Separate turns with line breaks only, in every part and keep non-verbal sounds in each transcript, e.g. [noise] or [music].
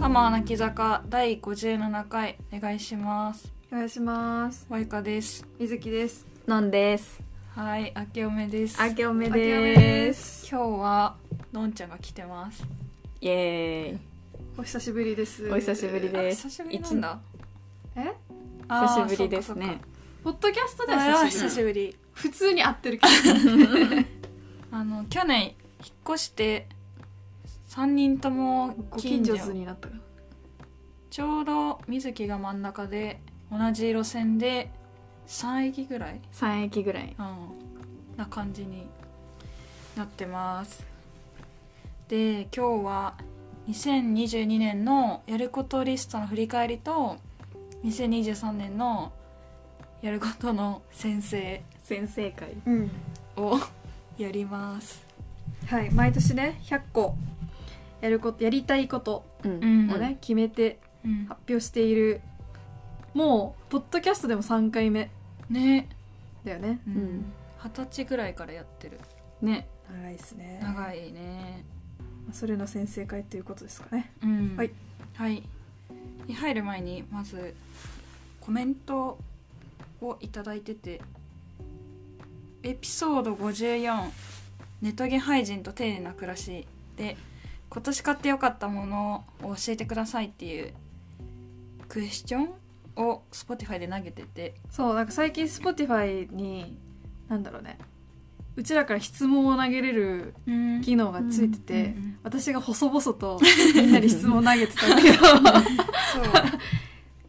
ハマー泣き坂第57回お願いします
お願いします。
わいかです
みずきです。
のんです。
はいあけおめです
けおめ
あけおめ
で。
ですす。
今日はのんちゃんが来てます
イエ
お久しぶりです。
お久しぶり
あ
で
久しぶりなんだ
え？
ー
あ
イ。
ー
久しぶりですね。
ポッドキャスト
そ
で
うかそうかあ
は
ー
久
久
し
しぶ
ぶり。
り
普通に会ってるけど。
あの去年引っ越して三人とも
ご近
近
所
所
図になったから。
ちょうど水木が真ん中で同じ路線で3駅ぐらい、
三駅ぐらい。
うん、な感じになってますで今日は2022年のやることリストの振り返りと2023年のやることの先生
先生会。
うん。
を [laughs] やります
はい。毎年ね、100個やることやりたいこと
う。
うんん
をね、決めて
うん
発表している。もうポッドキャストでも3回目
ね
だよね。
う
うん
ん二十歳ぐらいからやってる
ね。
長いですね
長いね
それの先生会ということですかね。
うん
はい、
はい、に入る前にまずコメントをいただいててエピソード54「ネトゲ廃人と丁寧な暮らし」で「今年買ってよかったものを教えてください」っていうクエスチョンを Spotify で投げてて
そうなんか最近 Spotify になんだろうねうちらから質問を投げれる
うん
機能がついてて、
うんうん
私が細々
[laughs]
とみんなに質問投げてたんだけど
そ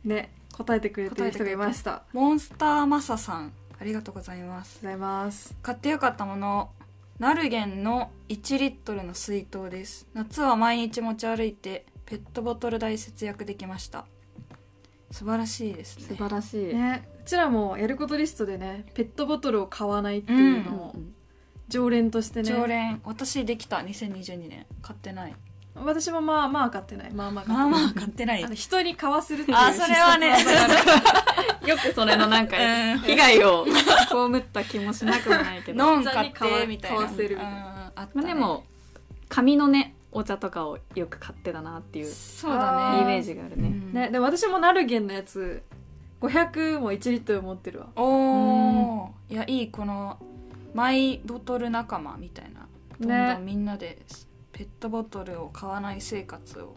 う
ね答えてくれてる人がいましたありがと
モンスターマサさんありがとうございます
うございます
買ってよかったものナルゲンの1リットルの水筒です夏は毎日持ち歩いてペットボトル代節約できました素晴らしいです
素
ね
晴らしい。
ねうちらもやることリストでねペットボトルを買わないっていう
う
のを
ん
常連としてね、
常連私できた2022年買ってない
私もまあまあ買ってないまあまあ買って
ま
な
あ
い、
まあ買ってない
あの人に買わするっていう
あそれはね
必殺技がある
よくそれのなんか
うん
被害を被った気もしなくもない [laughs] けど。
ノン買ってみたいな
買わせるみたい
なあった
まあ
ね
でも紙のねお茶とかをよく買ってたなっていうイ
そうだね
あー
メージがある
う
ね。
ん
ねでも私もナルゲンのやつ500も1リットル持ってるわ
おおいやいいこのマイボトル仲間みたいなどん
ね
どんみんなでペットボトルを買わない生活を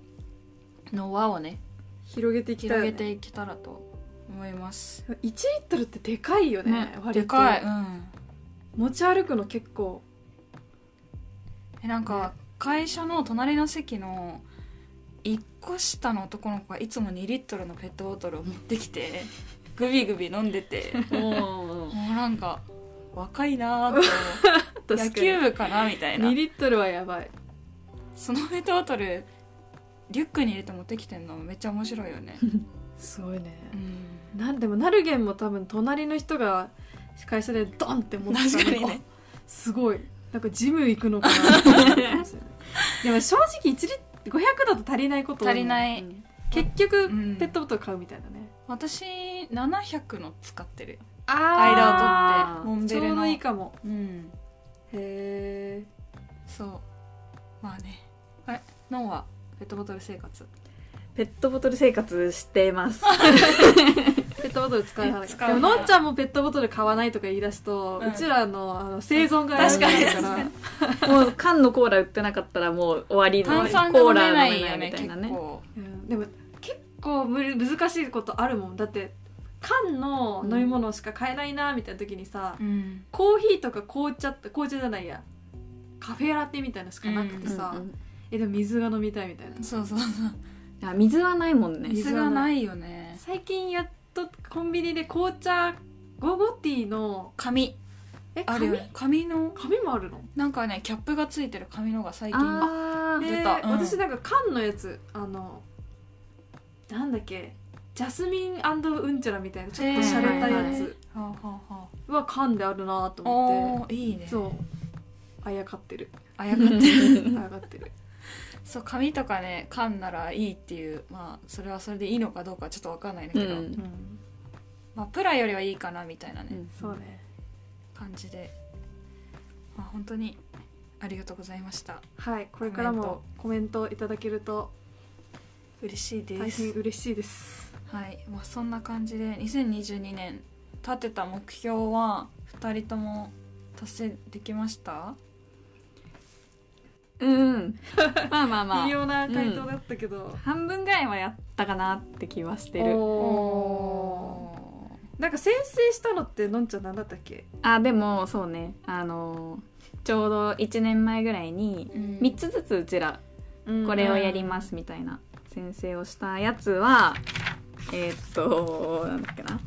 の輪をね
広げていきた
広
いよね
げていけたらと思います。
1リットルってでかいよね
ね
割と
でかい、うん、
持ち歩くの結構
えなん
ね
か会社の隣の席の1個下の男の子がいつも2リットルのペットボトルを持ってき [laughs] てグビグビ飲んでて
おー
もうなんか若いなーって
確か
思う野
に
球部かなみたいな
2リットルはやばい
そのペットボトルリュックに入れて持ってきてんのめっちゃ面白いよ [laughs] ね、
すごいね
うん、
なんでもナルゲンも多分隣の人が会社でドンって持ってた
確
の
かにね
あすごいなんかジム行くのかなって
[laughs]
思ってますよねでも正直1リットル500だと足りないこと多
足りな
いう
い、
うん
結局
うん
ペットボトル買うみたいなね、
私700の使ってる間
あ
を取って
ー
モン
ち
ベル
ょ
の
うどいいかも
うん
へえ
そうまあねあれノンはペットボトル生活
ペットボトル生活して [laughs] ます。
ペットボトル使わな
使
か
わ
で
ない
ものんちゃんもペットボトル買わないとか言い出すと、
う
うんちらのあの生存が
確かに
危ないから
もう缶のコーラ売ってなかったらもう終わりの
炭酸が
コー
飲
ラ
めない
飲めな
よ
い
ね
みたい
結
なね。
構
うんでも結構む難しいことあるもんだって缶の飲み物しか買えないなみたいな時にさ、
うん
コーヒーとか紅茶って紅茶じゃないやカフェラテみたいなのしかなくてさ、
うん
えでも水が飲みたいみたいな
そうそうそう
うんあ水はないもんね。
水がないよね
最近やっとコンビニで紅茶ゴーゴティーの
紙
え
あるよね紙
紙
の
紙もあるの
なんかねキャップがついてる紙のが最近
あー
ね
で
出たうん
私なんか缶のやつあのなんだっけジャスミンうんちゃらみたいなちょっと洒落たやつ
はあはあは
は缶であるなと
あ
思っ
おーいいね
てそうあやかってる
あやかって
[laughs] あやかってる
そう紙とかね缶ならいいっていうまあそれはそれでいいのかどうかちょっとわかんないんだ
う
けど、
ん
うん
まあプラよりはいいかなみたいなね、
うん
そうね
感じでまあ本当にありがとうございました
はいこれからもコメントいただけると
嬉しいで
大
す
変嬉しいです
はい、まあ、そんな感じで2022年立てた目標は2人とも達成できました
うん。まあまあ [laughs] ま
微
あ。
妙な回答だったけど、
半分ぐらいはやったかなって気はしてる。
おーなんか先制したのってのんちゃんなんだったっけ
あ、でもそうね。あのーちょうど1年前ぐらいに
うん
3つずつうちらこれをやりますみたいな先生をしたやつは、えーっと、なんだっけな。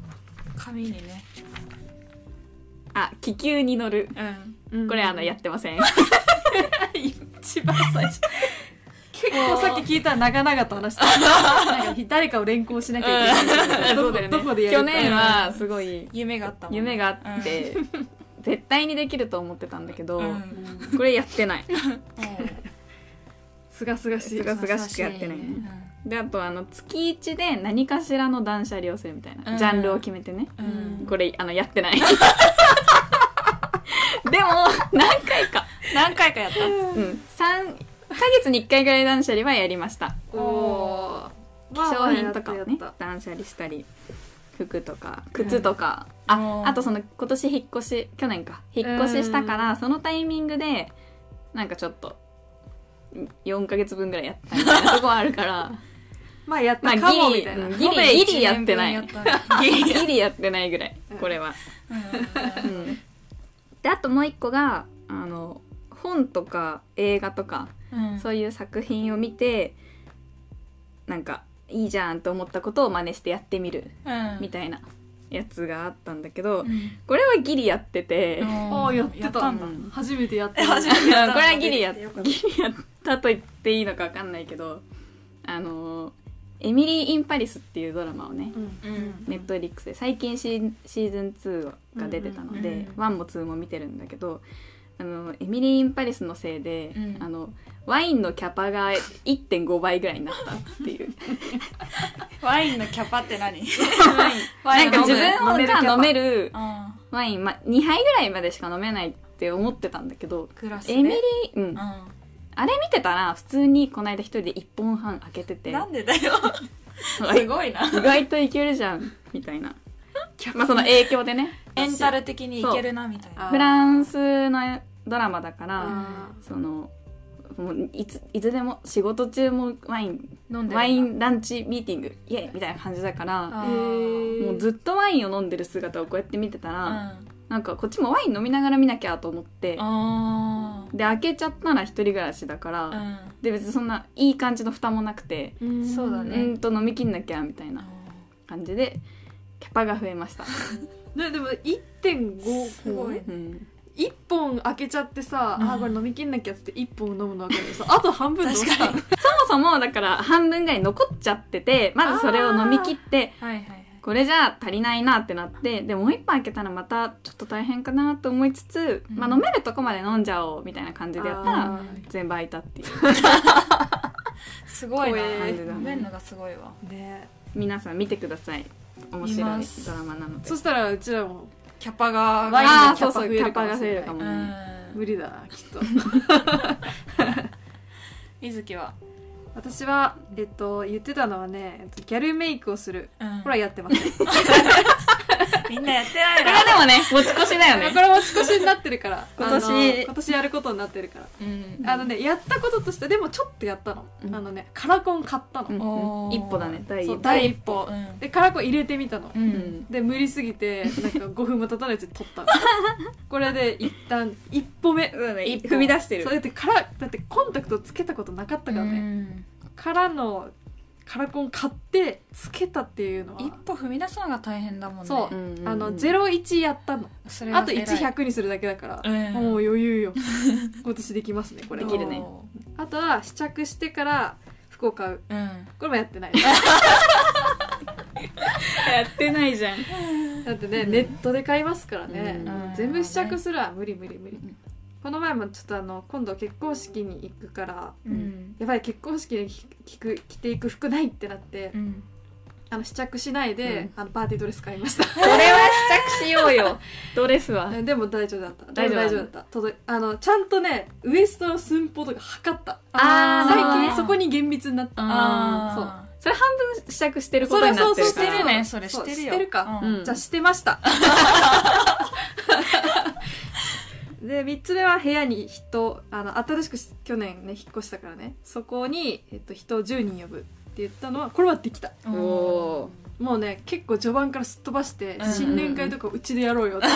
紙にね、
あ、気球に乗る。
うん、
うん
これあのやってません。一番最初。
結構さっき聞いたら長々と話してたなんか誰かを連行しなきゃいけないけど、
そうだよね
どこでやる
去
か
年はすごい
夢があったもんね
夢があっ、て、絶対にできると思ってたんだけど、
うんうん
これやってない。
すがすがしい
すがすがしくやってないね。であとあの月一で何かしらの断捨離をするみたいな、
うん
ジャンルを決めてね
うんうん
これあのやってないでも何回か何回かやったうん3ヶ月に1回ぐらい断捨離はやりました
おおー
化粧品とかをね
まあまあやったやった
断捨離したり服とか靴とか、
うん
ああとその今年引っ越し去年か引っ越ししたから、そのタイミングでなんかちょっと4ヶ月分ぐらいやったみたいなとこはあるから
[laughs] まあやっ
まあ
たかも
ギリ
みたいな、
うん
延べ
ギリやってない
一年分やった
ギリギリやってないぐらい
うん
これは。
うん
うん、であともう一個があの本とか映画とか、
うん
そういう作品を見てなんかいいじゃんと思ったことを真似してやってみる
うん
みたいなやつがあったんだけど、
うん
これはギリやってて、
う
うん
ん
ああやってた
んだ
うん
初めてやった
初め
こ
て
れ
やった
はギリやっ
よかった
ギリやったと言っていいのかわかんないけどあのエミリー・イン・パリスっていうドラマをね、
うん
うん
ネットリックスで最近シーシーズン2が出てたの
うんうん
で、
うん
ワン1も2も見てるんだけどあのエミリー・イン・パリスのせいで、
うん
あのワインのキャパが1.5倍ぐらいになったっていう
[laughs] ワインのキャパって何 [laughs]
なんか
飲む
自分が飲める
あー
ワイン、ま、2杯ぐらいまでしか飲めないって思ってたんだけど
グラスで
エミリー、うん、あ
う
れ見てたら普通にこの間一人で1本半開けて
ん
て
なんでだよ
[laughs] あ
すごいな
意外といけるじゃんみたい
[laughs]
なまあその影響でね
メンタル的にいけるなみたいな
あ
フランスのドラマだから、
あ
そのもういついつでも仕事中もワイン
飲んでるんだ
ワインランチミーティングイエーイみたいな感じだから
あ
ー
ー
もうずっとワインを飲んでる姿をこうやって見てたら、
うん
なんかこっちもワイン飲みながら見なきゃと思って
あ
で開けちゃったら一人暮らしだから、
ー
で別にそんないい感じの蓋もなくて、
うん
そうだ
う
ね
ーんと飲みきんなきゃみたい
うん
な感じでキャパが増えました、
ねでも1.5
すごいね
うん
1本開けちゃってさ、
うん
あーこれ飲みきんなきゃっつって1本飲むの分かるけどさあと半分どうした
確
そもそもだから半分ぐらい残っちゃっててまずそれを飲みきって
はいはいはい
これじゃ足りないなってなってでもう一杯開けたらまたちょっと大変かなと思いつつ、
うん
まあ、飲めるとこまで飲んじゃおうみたいな感じでやったら
あー
全部開いたっていう
すごいな
怖え
飲めんのがすごいわ
ね
皆さん見てください面白い
見
ド
ます
ラマなので
そしたらうちらも
キャパが
ワインの
ああ
キ
そ
ャ
う
パ
そ
増
うキ
え
ャ
るか
パ
も
が
し
増え
れない
るかも
う
ね
ん
無理だなきっと
いずきは
私はえっと言ってたのはねえっとギャルメイクをする
うん
これはやってますん
みんなやってない
これ
な
はでもね持ち越しだよ
これ
ね
持ち越しになってるから
今年
あの今年やることになってるから
うん
あのねやったこととしてでもちょっとやったの、
うん
あのねカラコン買ったの、
うん
おー
一歩だね第
そう
一
第
第
一
一
歩
歩うん
でカラコン入れてみたの、
うん
うん
で無理すぎてなんか5分も経たないうちに取
[laughs]
ったのこれで一旦一歩目
そうだね
一歩
踏み出してる
そうだってからだってコンタクトつけたことなかったからね、からのカラコン買ってつけたっていうのは
一歩踏み出すのが大変だもんね
そう
うんうんうん
あの01やったの
それが
あと
偉い
1100にするだけだから、
うん
もう余裕よ今年できますねこれ
できるね
あとは試着してから服を買う
うん
これもやってない
[laughs] やってないじゃん
だってね、ネットで買いますからね、
うん
もう全部試着するわ無理無理無理、この前もちょっとあの今度結婚式に行くから
うん
やばい結婚式で着着く着ていく服ないってなって、
うん
あの試着しないで、あのパーティードレス買いました
それは試着しようよドレスは
[laughs] でも大丈夫だった
大
大
丈
丈夫大丈夫
夫だ
だった届いあのちゃんとねウエストの寸法とか測った
あー
最
なるほど
近
ね
そこに厳密になった
あ
そう
あ
それ半分試着してることになってる
そ
か
う
ら
してるねそ
そう
れし
そう
てるよ
してるか
うん
うん
じゃあしてましたで3つ目は部屋に人あの新しくし去年ね引っ越したからねそこに、えっと、人を10人呼ぶって言ったのはこれはできた
うん
おー
もうね結構序盤からすっ飛ばして、
うん
新年会とかうちでやろうよって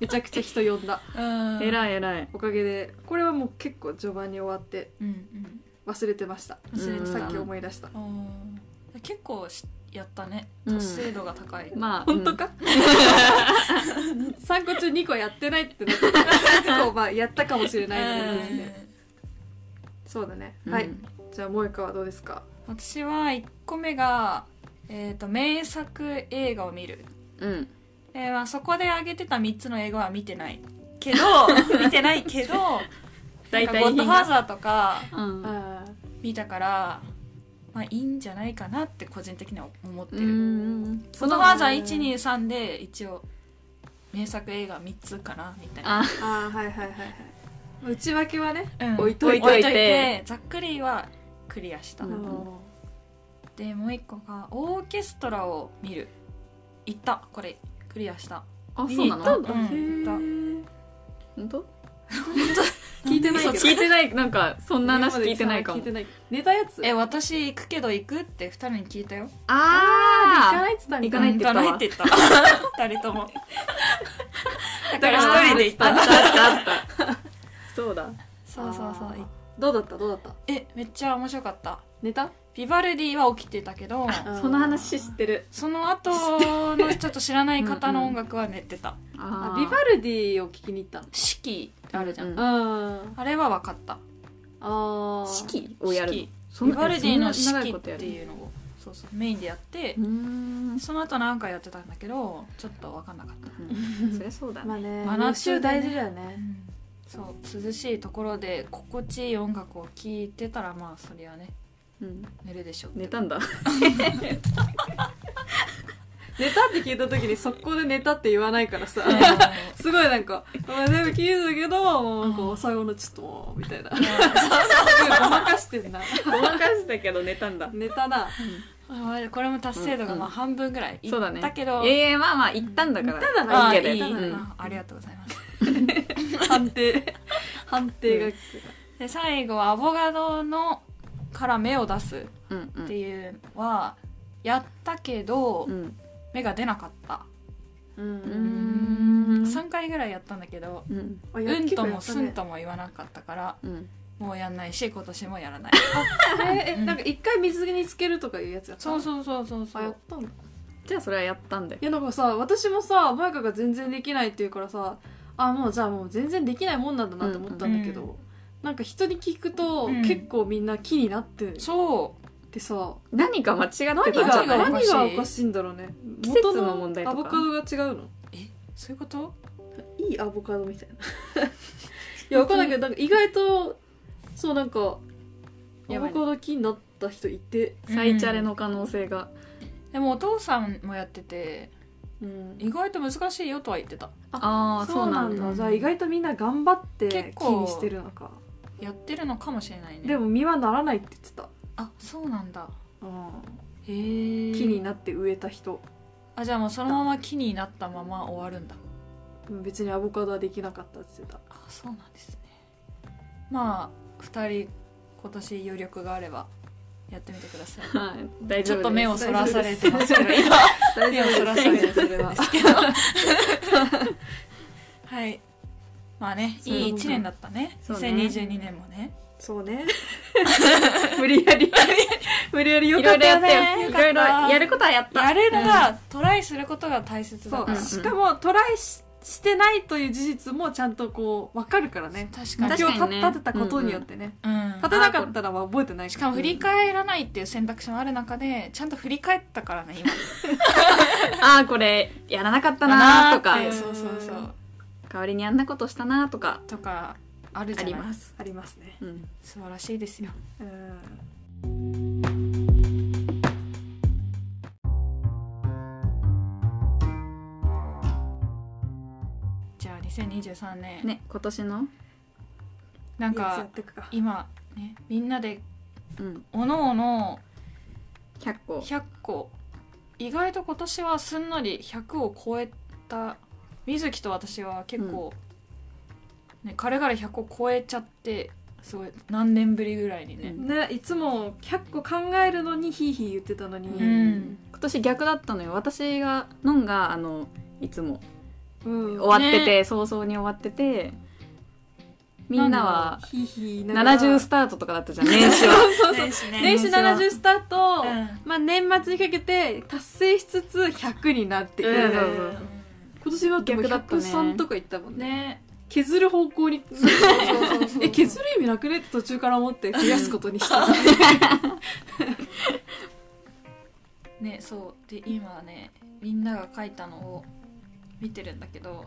めちゃくちゃ人呼んだ
うん
偉い偉い
おかげでこれはもう結構序盤に終わって
うん
忘れてました
うん忘れて
うん
た
さっき思い出した、
おー結構しやったね
うん
達成度が高い、
まあ
本当か、 [laughs] 参考中2個やってないってなって個まあやったかもしれないので、そうだね、
うん
は
う
い
ん
じゃあ萌歌はどうですか
私は1個目が、えー、と名作映画を見る、
うん
えーまあ、そこで挙げてた3つの映画は見てないけど見てないけどなん
大
か
体
ゴ
品
ッドファーザーとか
うん
あー
見たからまあいいんじゃないかなって個人的には思って
う
る、
ん
ゴッドファーザー123で一応名作映画3つかなみたいな
あ
あーはいはいはいはいまあ内訳はね、
うん
置いとい
置
て
いといて
ざっくりはクリアした、
うん
でもう一個がオーケストラを見る行ったこれクリアした
あそう
行
なの
ったんだ、
うん
へ
本当
え聞いてないけど
聞いてないなんかそんな話聞いてないかも
聞いてない寝たやつ
え私行くけど行くって2人に聞いたよ
あーで行か
あ
ないっつったんだ
行かないって言ったわ
うん行かないって
[laughs]
言った二人ともだから一人で行った
あったあったあったそうだ
そうそうそう
あー
い
どうだったどうだった
えめっちゃ面白かった
寝た
ビバルディは起きてたけど
うん
その話知ってる
その後のちょっと知らない方の音楽は寝てた
あ
あ
ビバルディを聞きに行ったの
四季ってあるじゃん、
うん
うん
あれは分かった
あー
式をやる
四季
そん
ビ
な
バルディの
そんな長
四
い
季っ
ことや
て
る
いうのをそうそうメインでやって
うーん
その後なんかやってたんだけどちょっと分かんなかった、
うんそりゃそうだね
まあね
真夏でね
予習大事だよね
そう涼しいところで心地いい音楽を聴いてたらまあそりゃね
うん
寝るでしょう
寝たんだ
[laughs] 寝たって聞いた時に速攻で寝たって言わないから [laughs] さ
うん
すごいなんか「お前全部聞いたけどもうなんかお最後のちょっともう」みたいなす [laughs] ごいごまかしてんな
ごまかしたけど寝たんだ
寝たな
あこれも達成度がまあ半分ぐらいいっ
そうだね
たけど、
いやいやまあまあ行ったんだから
行ったな
ま
ら
あ
い
い
いけど
い、
うん
まあありがとうございます
判定判定が
で最後はアボガドのから芽を出す
うんう
っ
ん
ていうのはやったけど、
うん
芽が出なかった
う
うんん
3回ぐらいやったんだけど
うん
あや
う
っ
ん
結
と
構や
も
っ
す
た
ん
ね
とも言わなかったから
うん
もうやんないし今年もやらない
ええなんか一回水着につけるとかいうやつやった
そうそうそうそうそ
あやっ
う
たんだ
じゃあそれはやったんだよ
いやなんかさ私もさマイカが全然できないって言うからさあもうじゃあもう全然できないもんなんだなって思ったんだけど、
うんう
なんか人に聞くと、
うん
結構みんな気になって
そう
てさ
何か間違ってたん
何
じ
が
ゃない
おか
何
しい
がおかしいんだろうね
季節の問題とか
元のアボカドが違うの
そういうこと
いいアボカドみたいないやわかんないけどなんか意外とそうなんかア
やばい
ボ
ね
カド気になった人いて、
最チャレの可能性が
でもお父さんもやってて
うん
意外と難しいよとは言ってた
ああ
そ
そうう
な
なんん
だ
だ
じゃあ意外とみんな頑張っ
結
て気
構
にしてるのか
やってるのかもしれないね
でも実はならないって言ってた、
あそうなんだ
うん
へえ
木になって植えた人
あじゃあもうそのまま木になったまま終わるんだ
別にアボカドはできなかったって言ってた
あそうなんですねまあ2人今年余力があればやってみてください
はい大
ち
丈夫
ょっと目を
です
そらされ
[laughs]
てますけど今
大
丈夫です
それは
ですけどはいまあねいい1年だったね
そうね
2022年もね
そうね無理
[laughs]
やり [laughs] 無理やりよ
いろ
か
い
っ
ろ
た
や
よ
よ
ね
ったよ
かっ
い
た
ろいろやることはやった
やれるが、トライすることが大切だ
そ
から
う
うん
しかもトライししてないという事実もちゃんとこう分かるからね
確か
目
に
確
標
かにね
を立てたことによってね
うん
立てなかったらは覚えてない
しかも振り返らないっていう選択肢もある中でちゃんと振り返ったからね今
ああこれやらなかったなーとか
って
うん
そうそうそう
代わりにあんなことしたなーとか
とかあるじ
あ
ゃない
ります
ありますね
うん
素晴らしいですよ
うん
2023年、
ね今年の
なん
いつや
か
ってくか
今、ね、みんなで
うん
おのおの
100個
100個意外と今年はすんなり100を超えた水木と私は結構、ね、かれがれ100を超えちゃってすごい何年ぶりぐらいにね、
うん
ねいつも100個考えるのにヒーヒー言ってたのに、
うん
今年逆だったのよ私がのんがあのいつも
うん
終わってて、早々に終わっててみんなは
ヒーヒーながら
70スタートとかだったじゃん年始は
そうそう
年始ね
年始70スタート、
うん
まあ、年末にかけて達成しつつ100になっていく、
うんそうそう
今年は逆だ
逆だ
っ
ったたね
103とかいったもんね
ね
削る方向に
そうそう
え削る意味なくねって途中から思って増やすことにした [laughs]
ねそうで今ねみんなが書いたのを見てるんだけど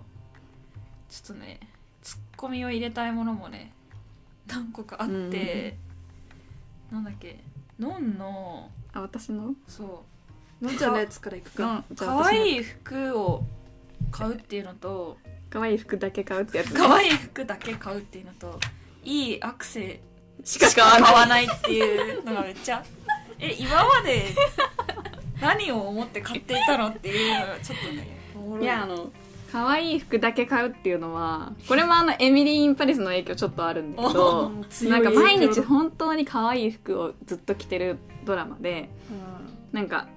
ちょっとねツッコミを入れたいものもね何個かあって、なんだっけのんの
あ私の
そ
のんちゃんのやつからいくか
の
う
じゃあ
可愛
私の
い服を買うっていうのと
可愛い服だけ買うってやつね
可愛い服だけ買うっていうのといいアクセ
し
しか買
買わない
わないっていうのがめっちゃえ今まで何を思って買っていたのっていうのがちょっとねおもろ
いやあの可愛い服だけ買うっていうのはこれもあのエミリー・イン・パリスの影響ちょっとあるんだけ
う
ど
ん強
ないんか毎日本当に可愛い服をずっと着てるドラマで
う
なんか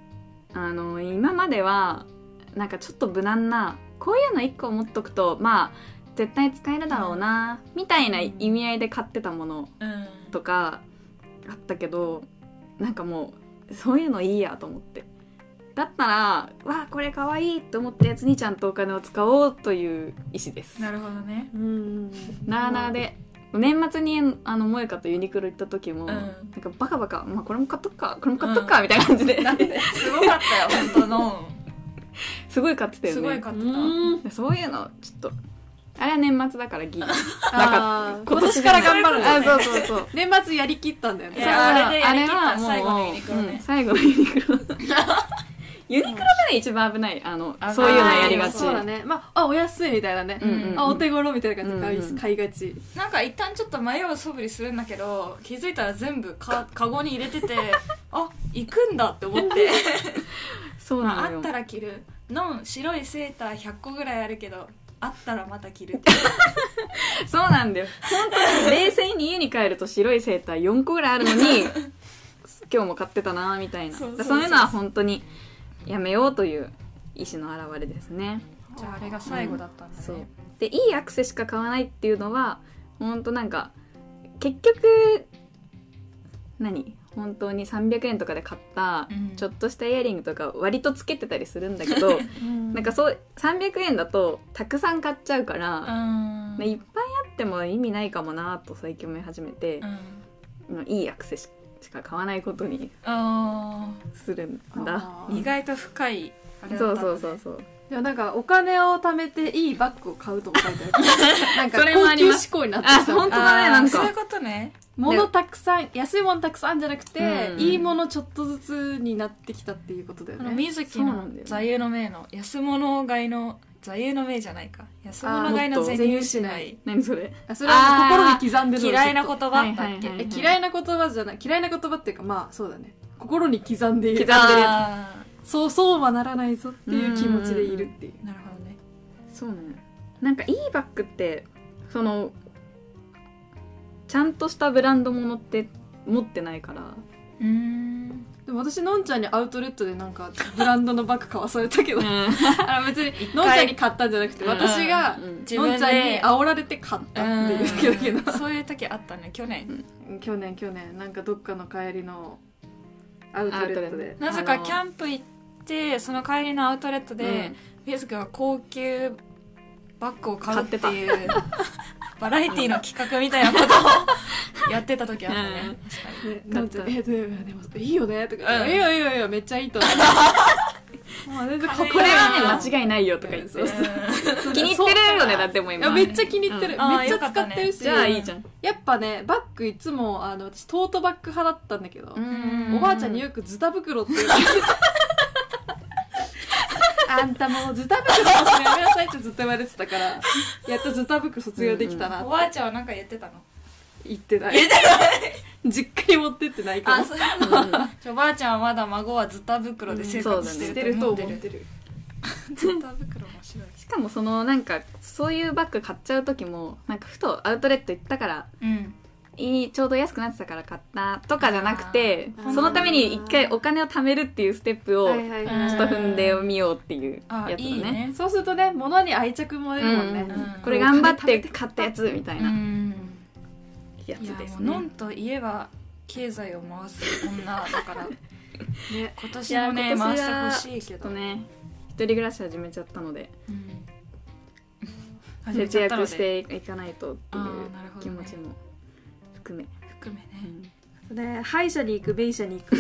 あの今まではなんかちょっと無難なこういうの1個持っとくとまあ絶対使えるだろうな、みたいな意味合いで買ってたもの
うん
とかあったけどなんかもうそういうのいいやと思ってだったらわあこれかわいいと思ったやつにちゃんとお金を使おうという意思です
な
な
るほどね
んうん
あなあで年末にあの萌香とユニクロ行った時も、
ん
なんかバカバカ、まあ、これも買っとくかこれも買っとくか、
うん
みたいな感じで
なんですごかったよ本当の
[laughs] すごい買ってたよ
す
ね
ごい買ってた
うん
そういうのちょっとあれは年末だからギリ
あー今年から頑張る
あ
の
そう
ね
そうそう
年末やりきったんだよ
い
ね
やあれでやりきった
あれはもう
最後のユニクロね
うん最後のユニクロ [laughs] ユニクロがね一番危ないあの
危ない
そういうのやりがち
そうだねまああお安いみたいなね
うんうんうん
あお手頃みたいな感じで買い
うんうん
買いがち
なんか一旦ちょっと迷う素振りするんだけど気づいたら全部かカゴに入れててあ行くんだって思って
そうなの
あ
よ
ったら着るのん白いセーター100個ぐらいあるけどあったらまた着る
そうなんだよ本当に冷静に家に帰ると白いセーター4個ぐらいあるのに今日も買ってたなみたいな
そうそうそう
そういうのは本当にやめようという意思の表れですね
じゃああれが最後だったんだね、
そうでいいアクセしか買わないっていうのは本当なんか結局何本当に300円とかで買った
うん
ちょっとしたイヤリングとか割とつけてたりするんだけど [laughs] なんかそう300円だとたくさん買っちゃうから、
うん
まあいっぱいあっても意味ないかもなと最近思い始めて
う、ん
まあいいアクセししか買わないことに
あ
するんだ。
あ
ー意外と深いあれだ
そ
ったん
う
だね
そうそうそう。
でもなんかお金を貯めていいバッグを買うとか書いてある
[laughs]
なんか
それもあ
高
り
級
ます
志向になってき
あ
た
本当
あ
だね
あー
なんか
そういうことね
物たくさん安いものたくさんじゃなくて、
うん
いいものちょっとずつになってきたっていうことだよ
あの
ね
水木
そうな
の
んだよね
座右の銘の安物買いの座右の銘じゃないか安物買いの
あーもっと
全入しない
何それ？
あそれはもう
あー
心に刻んでるの
嫌いな
ちょっ
言葉だっけ、
はいはい
え嫌いな言葉じゃない嫌いな言葉っていうかまあそうだね心に刻んでいる
刻んでるや
あ
そうそうはならないぞっていう気持ちでいるっていう
ーなるほどね
そうなのよなんかいいバッグってそのちゃんとしたブランドものって持ってないから
うーん
でも私のんちゃんにアウトレットでなんかブランドのバッグ買わされたけど
[laughs]
あの別に [laughs] のんちゃんに買ったんじゃなくて
うん
私が
うん
自
のん
分
ちゃん
で
に煽られて買ったっていうだけだけど
うんそういう時あったね去年
去年去年なんかどっかの帰りのアウトレットで
なぜ
あ
か
の
キャンプ行ってその帰りのアウトレットで、ミズクが高級バッグを買うっていう [laughs] バラエティの企画みたいなことをやってた時あったね、
うん
確かに
ねなんて
買った
えでもでもいいよねとか、
うん
いいよいいよいいよめっちゃいいと思
[laughs]
うもう全然かっこいい
これ
な
は
違
ね間違いないよとか言って
うん
気に入ってるよねだってもう
い
今
やめっちゃ気に入ってる、
うん
あー
めっちゃ使ってるし、
じゃあいいじゃん
やっぱねバッグいつもあの私トートバッグ派だったんだけど、
ん
おばあちゃんによくズタ袋っていうああんたもうズタブクの卒業やめなさいってずっと言われてたからやっとズタブク卒業できたな
おばあちゃんはなんか言ってたの
言ってない実家に持ってってないか
あ
ら
そう
うん
おばあちゃんはまだ孫はズタ袋で生活し
してて
る
る
と
と
思
思
っ
って
る
てる
ズタ袋面白い
しかもそのなんかそういうバッグ買っちゃう時もなんかふとアウトレット行ったから
うん
いいちょうど安くなってたから買ったとかじゃなくて
あー
そのために一回お金を貯めるっていうステップを
は
ち
いはい
うん
は
ょっと踏んでみようっていう
あ
やつだ
いい
ね。
ね
いそうするとね物に愛着も
う
得るもん
んう
ね、
ん
うん
これ頑張って買ったやつみた
う
いなんやつ
いや
です
もうの
ね
ん。といえば経済を回す女だから
[laughs]
ね
今年もね
いや今年は
回してほしいけ
ちょっと
ど、
ね一人暮らし始めちゃったので
うん、始め
節
ちゃったの
約
で
していかないとってい
あ
う
ーなるほどね
気持ちも含め。
含め
う
ね
ん
ね歯医者に行くベ医者に行く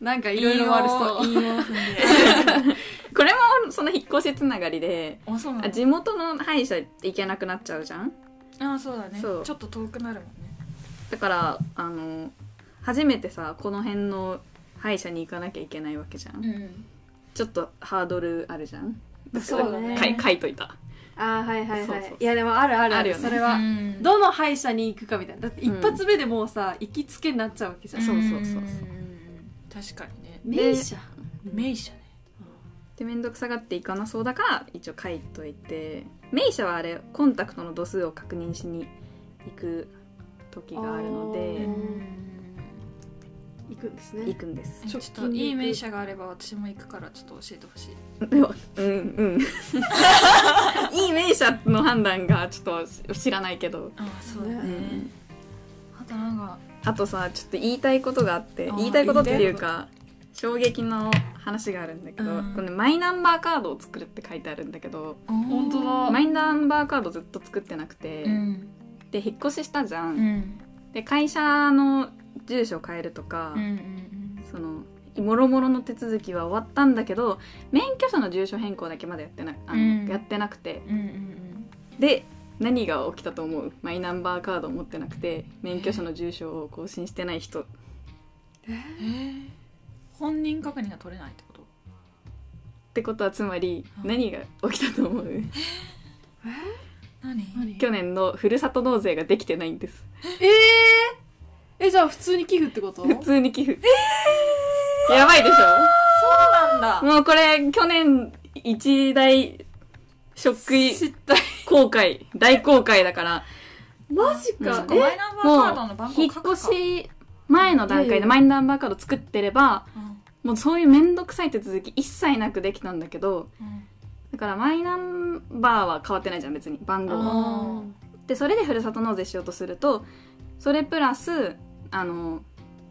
なんかい
い
ろいろあるそう
いを
[laughs]
踏んで
これもその引っ越しつながりで
あそうなん
あ
だ
地元の歯医者行けなくなっちゃうじゃん
あそうだねちょ
そう
っと遠くなるもんね
だからあの初めてさこの辺の歯医者に行かなきゃいけないわけじゃん、ちょっとハードルあるじゃん
そうだね
かい書いといた
あーはいはいはい
そうそうそう
いやでもあるある
あるよね
それ
う
は、
ん
どの歯医者に行くかみたいなだって一発目でもうさ、行きつけになっちゃうわけじゃん、
そうそうそうそうん
確かにね
名医者
名医者ね
で面倒くさがって行かなそうだから一応書いといて名医者はあれコンタクトの度数を確認しに行く時があるの
う
で
ん行くんですね
行くんです
ちょっといい名医者があれば私も行くからちょっと教えてほしい
でもうんうん
[laughs]
いい名医者の判断がちょっと知らないけど、
あそ
そうだね
うん、
あとなんか
あとさちょっと言いたいことがあって
あー
言いたいことっていうか衝撃の話があるんだけど、
うん
このねマイナンバーカードを作るって書いてあるんだけど
本
当だ
マイナンバーカードずっと作ってなくて、
うん
で引っ越ししたじゃ、
うんん
で会社の住所を変えるとか、
うんうん
そのもろもろの手続きは終わったんだけど免許証の住所変更だけまだやってなあの、
うん
やってなくて
うんうんうん
で何が起きたと思うマイナンバーカードを持ってなくて免許証の住所を更新してない人
え本人確認が取れないってこと
ってことはつまり
うん
何が起きたと
[laughs]
思う
えー
何
何
去年のふるさと納税ができてないんです
えー、えじゃあ普通に寄付ってこと
普通に寄付やばいでし
なん
ょ
だ
もうこれ去年一大ショック
知った
後悔大後悔だから
マジ
うん
か、
そっ
え
マイナンバーカードの番
もう
号
引
書くか
っ越し前の段
いや
階
い
で
や
マイナンバーカード作ってれば
うん
もうそういう面倒くさい手続き一切なくできたんだけど
うん
だからマイナンバーは変わってないじゃん別に番号は
あ
でそれでふるさと納税しようとするとそれプラスあの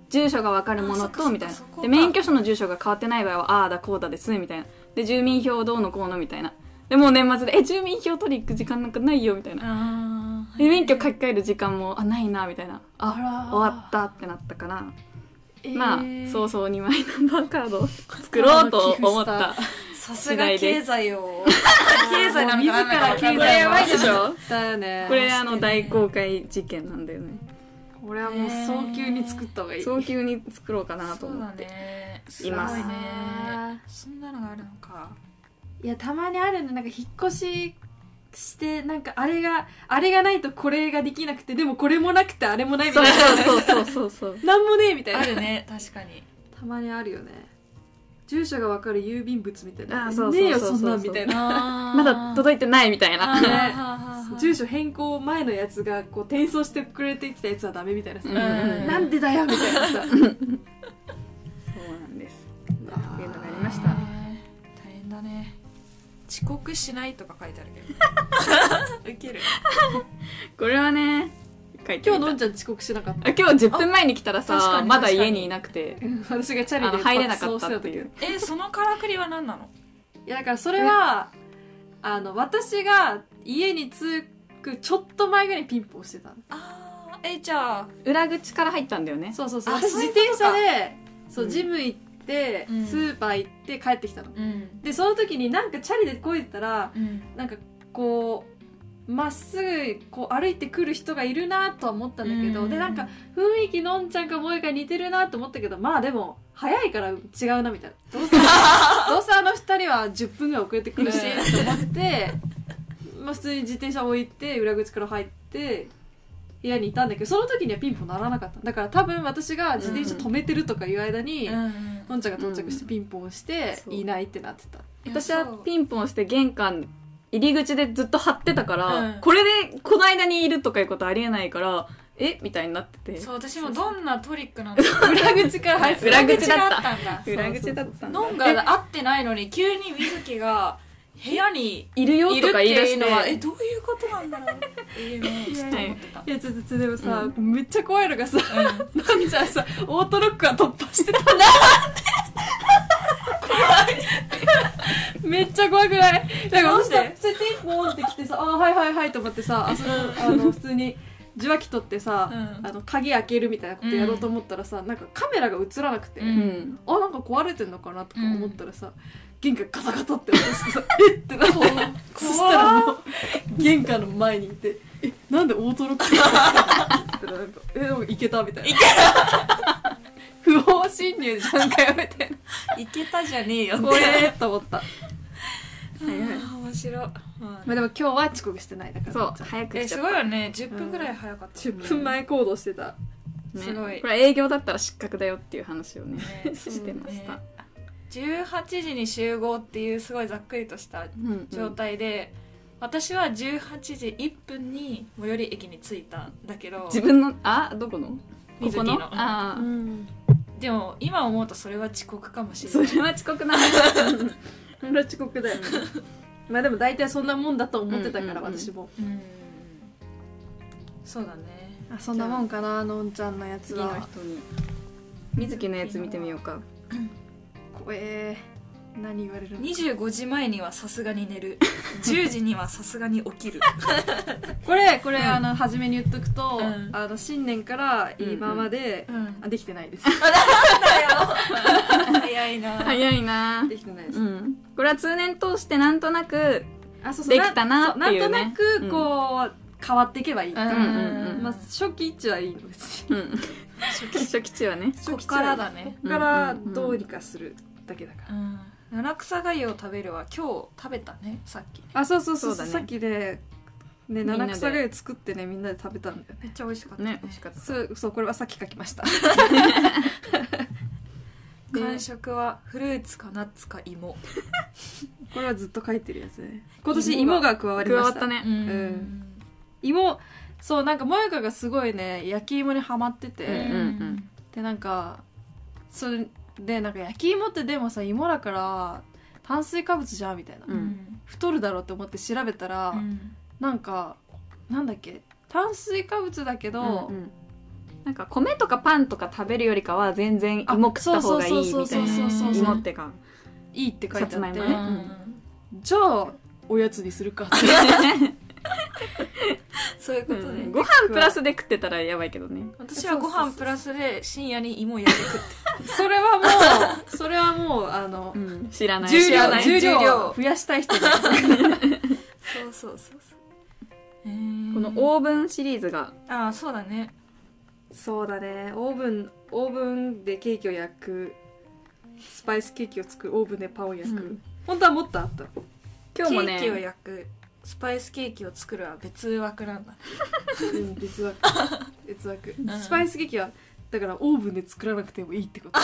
住所が分かるも
あそ
の
っかそっ
と
か
みたいな
そこか
で免許証の住所が変わってない場合はああーだこうだですみたいなで住民票どうのこうのみたいなでもう年末で「え住民票取り行く時間なんかないよ」みたいな
あー
で免許書き換える時間も「あないな」みたいな「
あ
あ
ら
終わった」ってなったから
えー
まあ早々にマイナンバーカー [laughs] ドを作ろうと思った
さすが経済を
経
経
済
済
な
なんん
か
か
な
なんんだ
だか
かわか
わかん
ん
こ
な
ないい
れやばいでしょ
だよね
これあの大公開事件なんだよね
これはもう早急に作った方がいい、
早急に作ろうかなと
そう
思
だ
って
ねす
い
ごい
ます
ねそんなのがあるのか
いやたまにあるねなんか引っ越ししてなんかあれがあれがないとこれができなくてでもこれもなくてあれもないみた
そ
いうな
そうそうそうそう
[laughs]
[laughs]
なんもねえみたいな
あるね確かに
たまにあるよね住所がわかる郵便物みたいな
あーそうそうそうそう
ねえよそんなんみたいな
ま
まだ届いてないみたいな。
ー住
所
所変更前のやつがこう転送してくれてきたやつはダメみたいなさ、
うん
なんでだよみたいなさ
[laughs] そうなんです。
あ
っていうのがありました
大変だね遅刻しないとか書いてある [laughs] けどウケる
これはね、書いて
今
み
日
た
のんちゃん遅刻しなかった
あ今日10分前に来たら
あ確か
さ、
に
まだ家にいなくて、
私がチャ
あ
リ
の
で
入れなかっ
爆走
た
し
って
時
いう。
えそのからくりは何なの
いやだからそれはあの私が家に着くちょっと前ぐらいにピンポン押してたの
あーえじゃあ
裏口から入ったんだよね。
そうそうそう
あ
私
そう
自
いうこと
転車でそう
うん
ジム行って、
うん
スーパー行って帰ってきたの、
うん
でその時になんかチャリでこいでたら
うん
なんかこうまっすぐこう歩いてくる人がいるなとは思ったんだけど、でなんか雰囲気のんちゃんか萌えが似てるなと思ったけどまあでも早いから違うなみたい
[laughs]
などうせどうせあの2人は10分ぐらい遅れてくるしと思
[laughs]
ってまあ普通に自転車置いて裏口から入って部屋にいたんだけどその時にはピンポン鳴らなかっただから多分私が自転車止めてるとかいう間に、
うん
のんちゃんが到着して
うん
ピンポン押して、
そう
いないってなってた
私は
ン
ピンポンして玄関入り口でずっと張ってたから、
うん
これでこの間にいるとかいうことありえないからえみたいになってて
そう私もどんなトリックなのか
裏口から入って
裏口だっ
裏口があ
た
ったん [laughs] だ
裏口だったんだ
ノンが会ってないのに急に水木が部屋に
いるよ
いるっ
とか
て
言い出
い
し
う
て
のはえどういうことなんだろうっていうのをちょっと思ってた
いやちょっとでもさ、
う
めっちゃ怖いのがさ
うん
のんちゃんさオートロックは突破してたな怖いめっちゃ怖くないだか
な
ら
んで
そしたらそれピンポンって来てさ「あーはいはいはい」と思ってさあそのあの普通に受話器取ってさ、
うん
あの鍵開けるみたいなことやろうと思ったらさ、なんかカメラが映らなくて、
うん
うん
あなんか壊れてんのかなとか思ったらさ、玄関ガタガタって私さ「えっ?」てなってそしたらもう玄関の前にいて「えなんでオートロックってなって「えなんかいけた」みたいな「不法侵入じゃんかよ」みたい
いけたじゃねえよ
な「これ」と思った
はいはい面白いうん
まあでも今日は遅刻してないだから
そう早く
え
来ち
す
ゃっ
ごい
た
よね10分ぐらい早かった
10分前行動してた
ね
すごい
これ営業だったら失格だよっていう話をね
ね
してました、
18時に集合っていうすごいざっくりとした
うん
状態で、私は18時1分に最寄り駅に着いたんだけど
自分のあどこのこ
水
こ
木
の
の
ああ
でも今思うとそれは遅刻かもしれ
そ
な
れ
い
は遅刻なんだ
それは遅刻だよねまあでも大体そんなもんだと思ってたから
うんうんうん
私も
うんそうだね
あそんなもんかなのんちゃんのやつ
次の
は
人に水木のやつ見てみようか
怖えー何言われるの
25時前にはさすがに寝る10時にはさすがに起きる
これこれ、
うん
あの初めに言っとくと、
うん
あの新年から今まで、
うん
あできてないです
早いな
早いな
できてないです、
うんこれは通年通してなんとなく
あそう
できたなっていうね
なんとなくこう、変わっていけばいい、
うん
うんうん
まあ、初期位置はいいのです
うん [laughs] 初期値はね
こっからだね
こっからどうにかするだけだから、
うん七草がゆを食べるは今日食べたねさっきね
あそうそうそう
そうだね
さっきで、ね、
んなで
七草がゆ作ってねみんなで食べたんだよね
めっちゃ美味しかった
ね美味しかった
そうそうこれはさっき書きました
[laughs]
で
感触はフルーツかナッツか芋
これはずっと書いてるやつね今年
芋
芋が加わり
加
ま
わ
し
ったたね
ん芋そうなんか萌香がすごいね焼き芋にハマってて、
うんうん
でなんかそれでなんか焼き芋ってでもさ芋だから炭水化物じゃんみたいな、
うん
太るだろうって思って調べたら、
うん
なんかなんだっけ炭水化物だけど、
うんうんなんか米とかパンとか食べるよりかは全然芋食った方がいいみたい
そうそうそうそう
な芋ってか
いいって書いてあって、
さつまいも
う
ね
ん
じゃあおやつにするかって [laughs]
そういうことで
ご飯プラスで食ってたらやばいけどね
私はご飯プラスで深夜に芋焼いて食って
それはもうそれはもうあの、
知らない
重
知ら
量
ない
重
重
量
量
増やしたい人に
そうそうそうそうえー
このオーブンシリーズが
ああそうだね
[laughs] そうだねオーブンオーブンでケーキを焼くスパイスケーキを作るオーブンでパンを焼く、
うん
本当はもっとあった
今日も
ケーキを
ね
焼くスパイスケーキを作るは別枠なんだ
うん別枠別枠、
ん
スパイスケーキはだからオーブンで作らなくてもいいってこと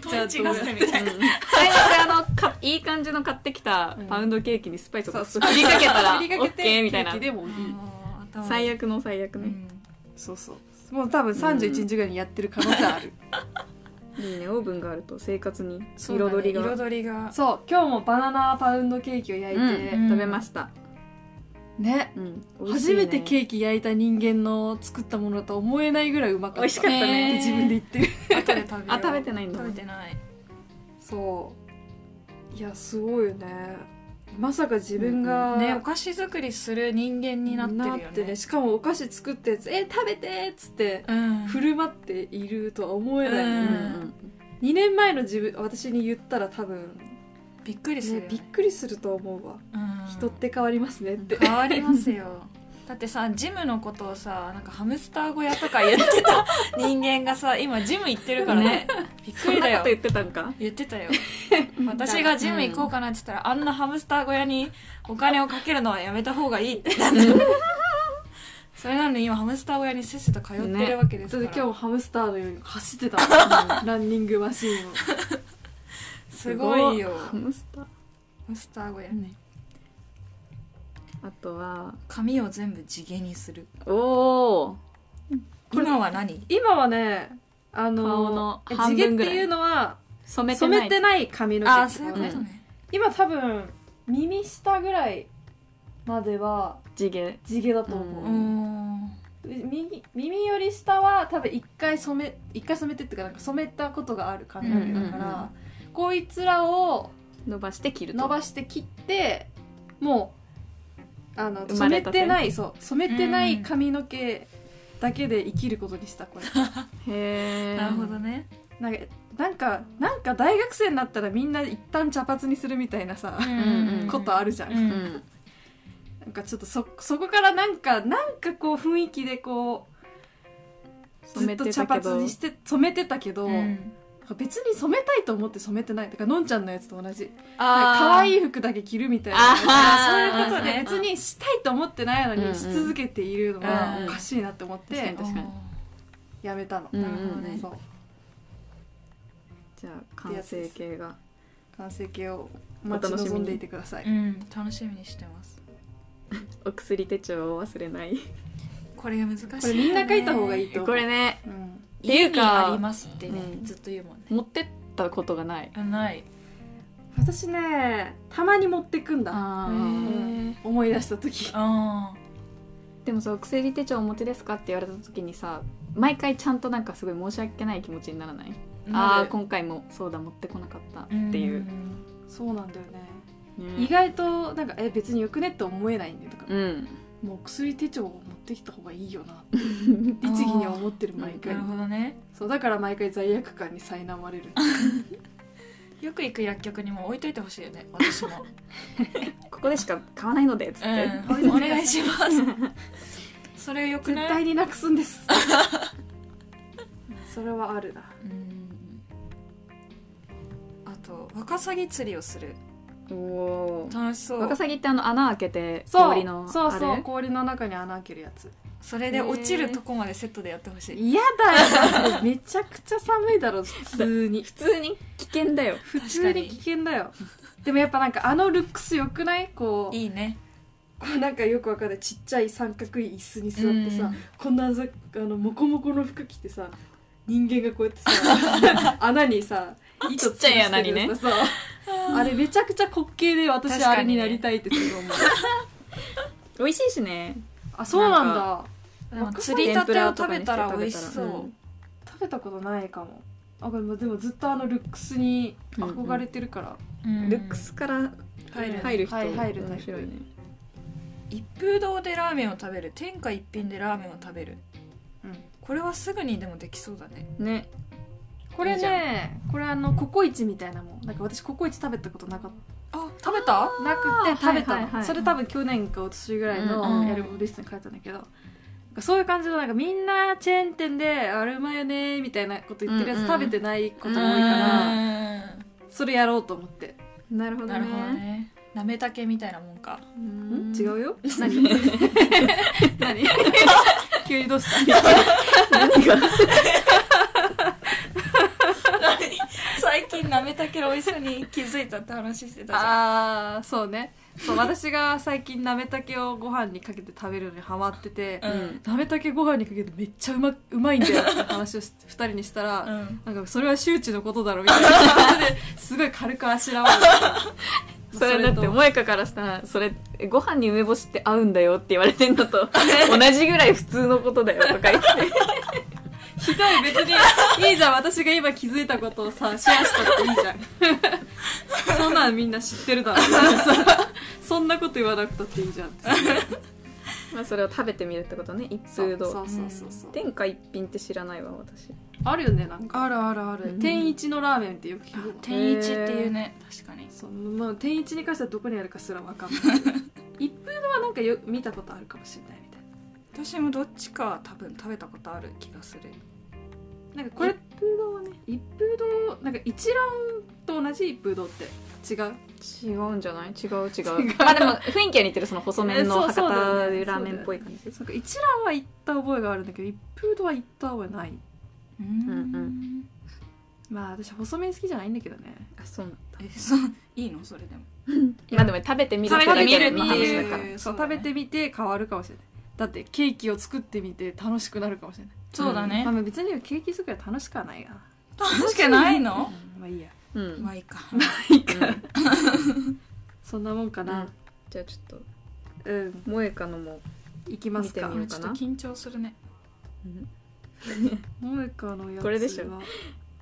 トンチガスみたいな
最初であのかいい感じの買ってきたパウンドケーキにスパイスを振りかけたらオ
振りかけ
ッ
て
ケーみたいな
ケーキでもいい、
あー頭
最悪の最悪
う
ね
ん
そうそうもう多分31日ぐらいにやってる可能性ある、
いいねオーブンがあると生活に
そうだね
彩りが
彩りが
そう今日もバナナパウンドケーキを焼いて、
うん
食べました
ね
うん
初めて
ーキ
ケーキ焼いた人間の作ったものだとは思えないぐらいうまかった
美味しかったね
って自分で言ってる
後で食べよう
あ食べてないんだ
食べてない
そういやすごいよねまさか自分が、
ねお菓子作りする人間になってるよね
なしかもお菓子作ったやつ「え食べて!」っつって
うん
振る舞っているとは思えない、
う
うんん
ね2年前の自分私に言ったら多分、
びっくりするよ
ね、
ね
びっくりすると思うわ、
うん
人って変わりますねって
変わりますよ [laughs] だってさジムのことをさなんかハムスター小屋とか言ってた人間がさ今ジム行ってるからねびっく
そん
り
な
だ
こと
よ
言ってたんか
言ってたよ私がジム行こうかなって言ったら、あんなハムスター小屋にお金をかけるのはやめた方がいいってなってそれなのに今ハムスター小屋にせっせと通ってるわけです
そ
か
れ
ら、
で今日ハムスターのように走ってたランニングマシーンを
すごいよ
ハ
ハ
ムスター
ムスター小屋
あとは
髪を全部地毛にする
おお
これ
今は何
今はねあの
顔の
え
半分ぐらい
地毛っていうのは
染めて
染
な
め
い
てない髪の毛
あ
っ
あ
て
そういう
こ
ことと
ね
ね、
今多分耳下ぐらいまでは
地毛
地毛だと思う、
うーん
右耳より下は多分一回染め一回染めてっていうかなんか染めたことがある髪の毛だから、
うんうん
こいつらを
伸ばして切ると
伸ばして切ってもうあの
生ま
染め
れたて
てないそう染めてない髪の毛だけで生きることにしたこれ
へえ
なるほどね
なんかなんかなんか大学生になったらみんな一旦茶髪にするみたいなさ、
んうん
ことあるじゃん、
う
うんん
なんかちょっとそそこからなんかなんかこう雰囲気でこうず
染
っ
め
と
て
茶
たけ
髪
ど
にして染めてたけど、
うん
別に染めたいと思って染めてないだからのんちゃんのやつと同じなんか可
あ
愛
い
い服だけ着るみたいな
あ
そういうことで
うん
別にしたいと思ってないの
うんう
に
ん
し続けているのは
うん
おかしいなって思って
確かに
やめたの、
うん
なるほどね
そう
じゃあ完成形が
完成形を待ち
お楽し
望ん
みに
でいてください、
うん楽しみにしてます
お薬手帳を忘れない
これが難しい
[laughs] これみんな書いた方がい
い
いと思う
[laughs] これね
うん
家にあり
っていうか
ますってね
うん
ずっと言うもんね
持ってったことがない
あない
私ねたまに持ってくんだ
あ
ー
思い出した時
あ
でもさお薬手帳お持ちですかって言われた時にさ毎回ちゃんとなんかすごい申し訳ない気持ちにならない
ー
あ
な
あ
る
今回もそうだ持ってこなかったってい
う、
う
ん
そうなんだよね
ね
意外となんかえ別によくねって思えないんだよとか、
うん
もう薬手帳を持ってきた方がいいよ
[laughs]
なって律儀には思ってる毎
な
回
るほどね
そうだから毎回罪悪感に苛まれる
よく行く薬局にも置いといてほしいよね私も
ここでしか買わないのでつって、
うんお願いしますそれよく
絶
ない
対になくすんです
[laughs]
それはあるな
うんあとワカサギ釣りをする
お
楽しそ
おワカ
う
サギってあの穴開けて
そう
氷の
そう
あ
そう
れ
氷の中に穴開けるやつ
それで落ちるとこまでセットでやってほしい
嫌だよめちゃくちゃ寒いだろ普通に
普通に危険だよ
普通に危険だよでもやっぱなんかあのルックスよくないこう
いいね
こうなんかよくわかんないちっちゃい三角い椅子に座ってさ、
うん
こんなざあのモコモコの服着てさ人間がこうやってさ穴にさ糸
ちっちゃい穴にね
吊るしてるやつさそうあれめちゃくちゃ滑稽で私
確かにね
あれになりたいってすごい思う
美味しいしね
あそうなんだ
な
でも釣りたてを食べたら美味しそう、
食べたことないかもあでもでもずっとあのルックスに憧れてるから、
うん
ルックスから
入る
入る人
はい入るタイプ
面白いね
一風堂でラーメンを食べる天下一品でラーメンを食べる
うん
これはすぐにでもできそうだね
ね
これ
いいじ
ねこれあのココイチみたいなもんなんか私ココイチ食べたことなかっ
あ食べた
たなくて食べたの、
はいはいはい
それ多分去年か一昨年ぐらい
う
う
ん
の
ん
やることリストに書いたんだけど、なんかそういう感じのなんかみんなチェーン店で「あれうまいよね」みたいなこと言ってるや
うんう
つ
ん
食べてないこと
う
が
ん
多いから、
うん
それやろうと思って
なるほどね
なるほどねなめたけみたいなもんか
うん
ん違うよ [laughs]
何何
急にどうした
何が
[laughs] 最近なめたけの美味しさに気づいたって話してたじゃん
ああそうねそう私が最近なめたけをご飯にかけて食べるのにハマってて、
うん
なめたけご飯にかけてめっちゃうまうまいんだよって話をし二人にしたら、
[laughs] うん
なんかそれは周知のことだろみたいな感じですごい軽くあしらわれた
[laughs] それだって
そ
萌香からしたらそれご飯に梅干しって合うんだよって言われてんの [laughs] と同じぐらい普通のことだよとか言って [laughs]
ひどい別にいいじゃん私が今気づいたことをさシェアしたっていいじゃ
[laughs]
んそんなんみんな知ってるだろそんなこと言わなくたっていいじゃんって
まあそれを食べてみるってことね一
そう
風
そ
堂
うそうそうそう
天下一品って知らないわ私
あるよねなんか
あるあるあ
る
天一のラーメンってよく聞くわ
天一っていうね確かに
そうもう天一に関してはどこにあるかすらわかんない一風堂はなんかよ見たことあるかもしれないみたいな
私もどっちか多分食べたことある気がする
なんかこれ
一風堂はね
一風堂なんか一蘭と同じ一風堂って違う
違うんじゃない違う違う
違う
あでも雰囲気は似てるその細麺の
え
博
そう
多
そうだよね
ラーメンっぽい感じ
なんか一蘭は行った覚えがあるんだけど一風堂は行った覚えない
うん
うん
まあ私細麺好きじゃないんだけどね
あそうなん
えそういいのそれでも
まあでも食べてみる
食べてみる
の
って
話だ
い
から
うそう
そうだ
食
ね
べてみて変わるかもしれないだってケーキを作ってみて楽しくなるかもしれない、
そうだね、
まあ、まあ別にケーキ作りは楽しくはないがな、
楽しくないの
うんまあいいや
うん
まあいいか
いいか
[laughs] そんなもんかな
じゃあちょっ
うん、
と萌えかのも
行きますか
見てみ
こ
よ
れ
う
ち
か
ょっと
な
緊張するね
萌えかのやつは
これでしょ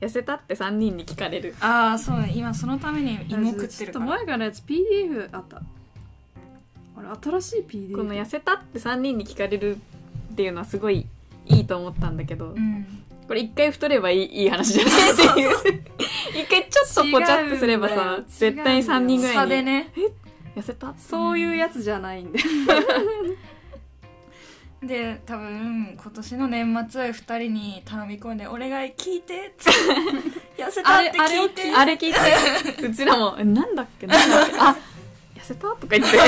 痩せたって三人に聞かれる
ああそうね今そのために芋食ってるか
ちょっと
ら
萌えかのやつ PDF あったあれ新しい PDF
この痩せたって三人に聞かれるっていうのはすごいいいと思ったんだけど、
うん
これ一回太ればいいいい話じゃないっていう [laughs] 一回ちょっとポチャってすれば
違うんだ
さ
よ
絶対三人ぐら
差
い
で
に、
ね
痩せた
そういうやつじゃないんで
で多分今年の年末2人に頼み込んで「お願い聞いて」って [laughs] 「痩せた」って
あれ
聞いて
あれ聞いてうちらも「えなんだっけなんだっけあ痩せた?」とか言って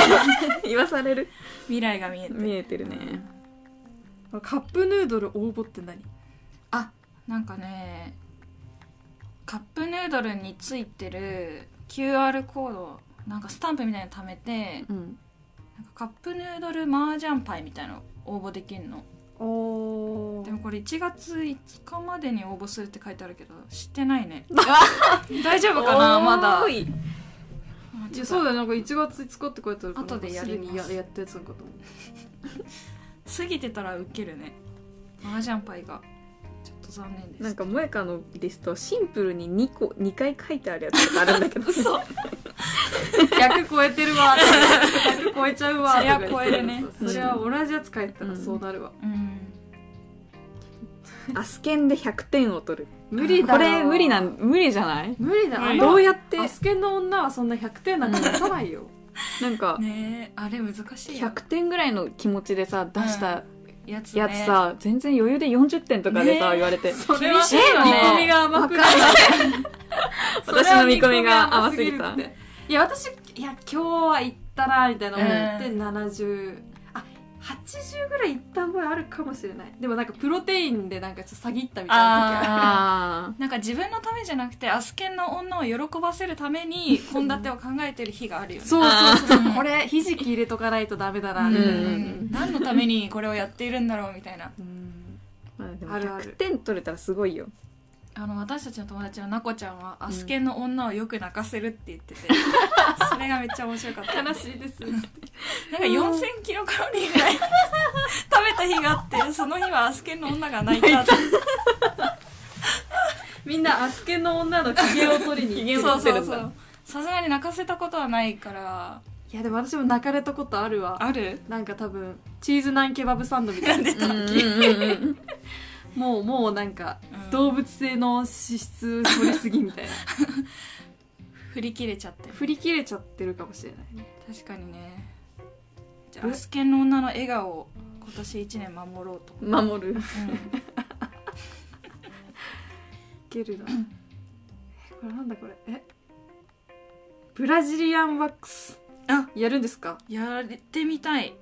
言わされる
未来が見えて
見えてるね
カップヌードル応募って何
あなんかねカップヌードルについてる QR コードなんかスタンプみたいなの貯めて
うん
なんかカップヌードル麻雀パイみたいなの応募できるの
お
でもこれ1月5日までに応募するって書いてあるけど知ってないね大丈夫かなまだ
おーい
あ
い
ちょ
や
っ
そう
と
だよなんか1月5日って書いてあるから
後でやります
なんかすでにややったやつなのかと思う
過ぎてたらウケるね麻雀パイがちょっと残念です
なんか萌香のリストシンプルに2個2回書いてあるやつとかあるんだけど
嘘
100超えてるわ100超えちゃうわ
そりゃ超えるね
それは同じやつ書いてたら
うん
そうなるわ、
うん
アスケンで100点を取る
無理だ
こ
よ
れ無理なん無理じゃない
無理だ
無
あ
理
の
どうやって
アスケンの女はそんな100点なんか出さないよ
なんか
ねえあれ難しいや
100点ぐらいの気持ちでさ出した
やつね
やつさ、全然余裕で40点とかでさ、
ね
言わ
[laughs]
れて
それは
厳しいよね
見込みが甘くない
私の見込みが甘すぎた
それは見込み甘すぎるっていや私いや今日は行ったなみたいな思って、
う
70あ80ぐらい行った覚えあるかもしれないでもなんかプロテインでなんかちょっと詐欺ったみたいな時ある
あ
なんか自分のためじゃなくてアスケンの女を喜ばせるために献立を考えてる日があるよね
そうそうそう
あー
これひじき入れとかないとダメだ
う [laughs]
なみたいな、
ん何のためにこれをやっているんだろうみたいな
うん
ー、まあ、でも
あるある
100点取れたらすごいよ
あの私たちの友達のなこちゃんはアスケンの女をよく泣かせるって言って
[laughs]
て、それがめっちゃ面白かったなん
悲
か
しいです
4000キロカロリーぐらい食べた日があ
[laughs]
ってその日はアスケンの女が泣いたって
みんなアスケの女の機嫌を取りに行
そう
って
そ
る
うんそ
だ
うさすがに泣かせたことはないから
いやでも私も泣かれたことあるわ
ある
なんか多分チーズナンケバブサンドみたいな
うんうんうんうん
もうもうなんか、
うん
動物性の脂質取りすぎみたいな
振り切れちゃって
[laughs] 振り切れちゃってるかもしれないね
確かにねじゃあアスケンの女の笑顔を今年1年守ろ
[laughs]
うと、
守る
うん
いけるなえこれなんだこれえブラジリアンワックス
あ
やるんですか
やってみたい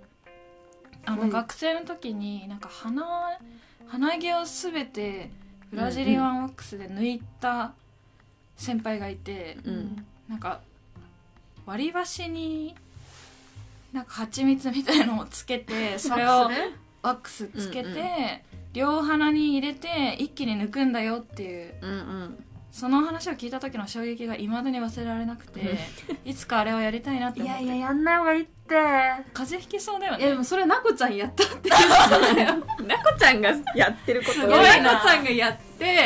あの、
うん
学生の時になんか鼻鼻毛をすべてブラジリアンワックスで抜いた先輩がいて、
うん
なんか割り箸になんか蜂蜜みたいのをつけてそれを
ワックスね
ワックスつけて、
うんうん
両鼻に入れて一気に抜くんだよっていう
うんうん
その話を聞いた時の衝撃がいまだに忘れられなくていつかあれをやりたいなって思って
やんない方がいいって
風邪ひきそうだよ
いや
ね
でもそれなこちゃんやったって
なこちゃんがやってること
すご
なこ
い
ち
な
ゃんがやって、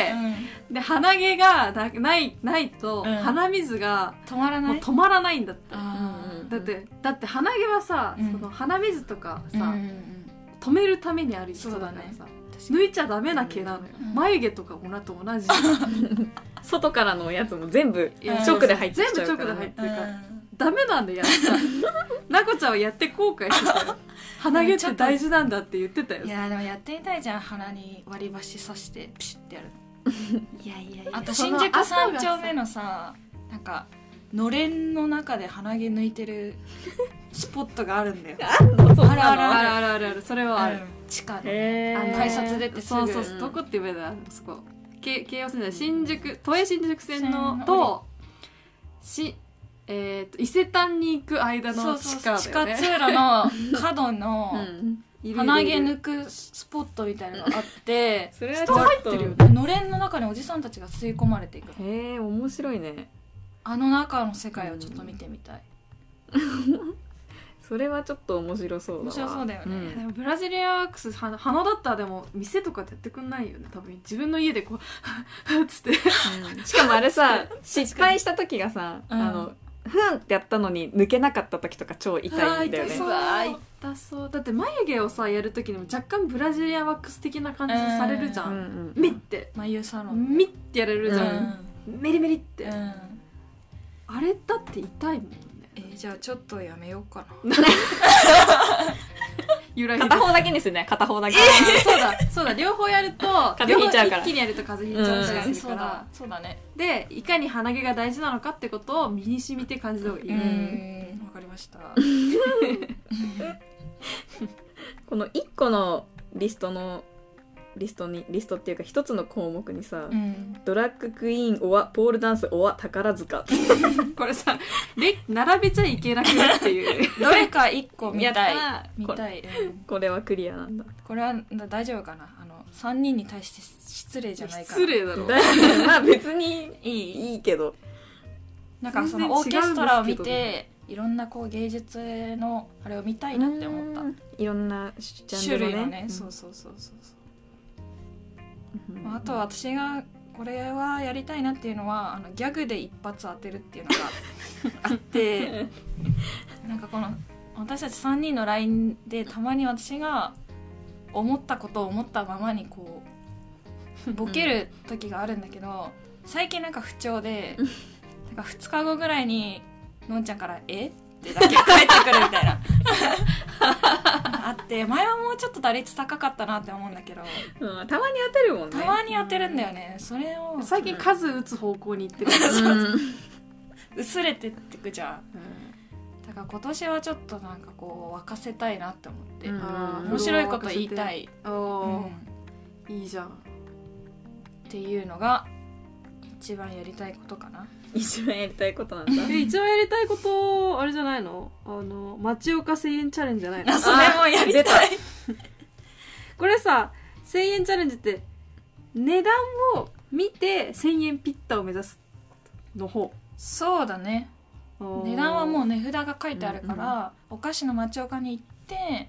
で鼻毛がなないないと、
うん
鼻水が
うん、止まら
も
な
う
い
止まらないんだって
あ
うんうん
ー
だってだって鼻毛はさ、
うん
その鼻水とかさ、
うんうんうん
止めるためにある必要だから
そ
さ、
確かに
抜いちゃダメな毛なのよ、
うん
眉毛とかもなと同じ [laughs]
外からのやつも全部
いや
直で入ってき
全
ち
部
ゃう
直
か
で
ら
入っ
ね
[laughs]
てるから、ダメなんだよやっちゃなこちゃんはやって後悔してたよ鼻毛って大事なんだって言ってたよ
いやでもやってみたいじゃん鼻に割り箸刺してピシッてやる
いやいやい
あと
そ
新
の
宿
後
三
がさ
丁目のさなんかのれんの中で鼻毛抜いてるスポットがあるんだよ
あ
るある
あるあるあるあるそれはある
地下の
へ
あの
改札出てす
そ
ぐ
うそうそうどこって言えばいいんだあそこ京京葉線じゃない新宿都営新宿線の
線の
としえーと伊勢丹に行く間
そ
の
う
地
そう
下
地
だ
下
よね
通
[laughs]
路の角の
うん
いるいるいる
鼻毛抜くスポットみたいなのがあって
それは
人入ってるよね
のれんの中におじさんたちが吸い込まれていくの
へえ面白いね
あの中の世界をちょっと見てみたい
それはちょっと面白そうだわ
面白そうだよね
ん
でもブラジリアンワークスは鼻だったらでも店とかでやってくんないよね多分自分の家でこうつって
うんしかもあれ [laughs] さ失敗した時がさ、
うん
あのふんってやったのに抜けなかった時とか超痛いんだよ
あー痛
ね
そう
わー痛そうだって眉毛をさやる時にも若干ブラジリアンワックス的な感じされるじゃ
うん
ん、
うん
ミッて
眉サロン
ミッてやれるじ
う
ゃん、
ん
メリメリって、
うん
あれだって痛いもんね
えーじゃあちょっとやめようかな
由来
片方だけにするね片方だけ、
そうだそうだ両方やると
風邪ひいちゃうから
両方一気にやると風邪ひいちゃうしかするから、
そうだね
でいかに鼻毛が大事なのかってことを身に染みて感じた方がいい、
う
うん
んわかりました
この1個のリストのリストにリストっていうか一つの項目にさ、
うん
ドラッグクイーンオアポールダンスオア宝塚
これされ並べちゃいけなくなっていう [laughs]
どれか一個見たい
やったー
見
これ
たいうん
[laughs] これはクリアなんだ
これは大丈夫かなあの三人に対して失礼じゃないかな
失礼だろ
[laughs] まあ別にいいいいけど
なんかそのオーケストラを見ていろんなこう芸術のあれを見たいなって思った
たいろんなジャ
種
ンル
類
の
の
ね
ね、
うん
そうそうそうそうそう
うん
まああと私がこれはやりたいなっていうのはあのギャグで一発当てるっていうの
[laughs]
があってなんかこの私たち3人の LINE でたまに私が思ったことを思ったままにこうボケる時があるんだけど、最近なんか不調でなんか2日後ぐらいにのんちゃんから「えってだけ返ってくるみたい
[laughs]
なあって前はもうちょっと打率高かったなって思うんだけど
うんたまに当てるもんね
たまに当てるんだよねそれを
最近数打つ方向に行ってる、
うん
薄れてってくじゃんだから今年はちょっとなんかこう沸かせたいなって思って、
うん
あー
面白いこと言いたい、
あ
うんっ
ーいいじゃん
ていうのが一番やりたいことかな
[laughs] 一番やりたいことなん [laughs] だ
え一番やりたいことあれじゃないのあの町岡千円チャレンジじゃないの
それもやりたい
これさ1000円チャレンジって値段を見て1000円ピッタを目指すの方
そうだね値段はもう
ね
値札が書いてあるから、お菓子の町岡に行って、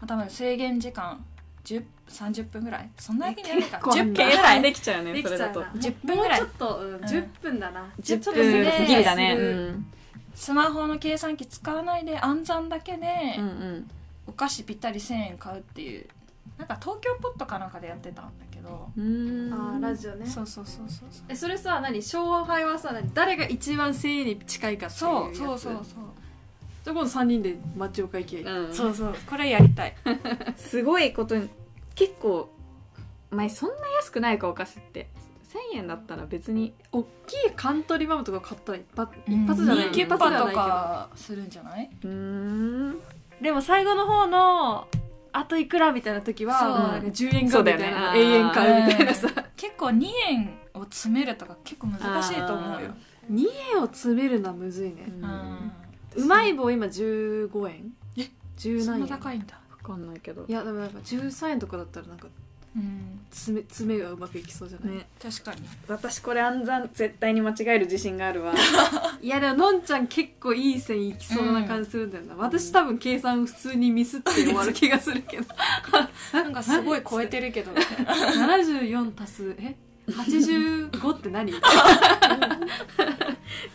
まあ、多分制限時間10 30分ぐらいそんなわけじゃないか
結構
10分ぐ
計
ら
算
い
できちゃうね
でき
そ
ち
れ
ゃ
だ
う
と
な
10分ぐらい
もうちょっと、うん10分だな
10
ちょっと
それ
分
で
ギリだね
す
う
る
ん
スマホの計算機使わないで暗算だけで、
うんうん
お菓子ぴったり1000円買うっていうなんか東京ポットかなんかでやってたんだけど、
うん
あーラジオね
そうそうそうそうそう
えそれさ何勝敗はさ何誰が一番1000円に近いかっていう
そ
や
う
つ
そうそう
じゃあ今度3人で町岡行きゃいい
うん
そうそうこれやりたい
すごいことに結構前そんな安くないかお菓子って1,000円だったら別に
大きいカントリーマアムとか買ったら一発一発じゃない
人気
一
パパ
発じゃ
と
ないけど
かするんじゃない、
うん
でも最後の方のあといくらみたいな時は
そう
もうなんか10円がみたいな、
そうだよね
永遠買うみたいなさ
結構2円を詰めるとか結構難しいと思うよ、
2円を詰めるのはむずいね、
う
う
んん、
うまい棒今15円
え
十
そん
何
な
円
高いんだ、
分かんないけど
いやでもなんか13円とかだったらなんか
うん、
詰め詰めがうまくいきそうじゃない、
ね
確かに
私これ暗算絶対に間違える自信があるわ
いやでものんちゃん結構いい線いきそうな感じするんだよな、私多分計算普通にミスって終わる気がするけど [laughs]
なんかすごい超えてるけどみ [laughs] たいな
74足すえ85って [laughs] 何
で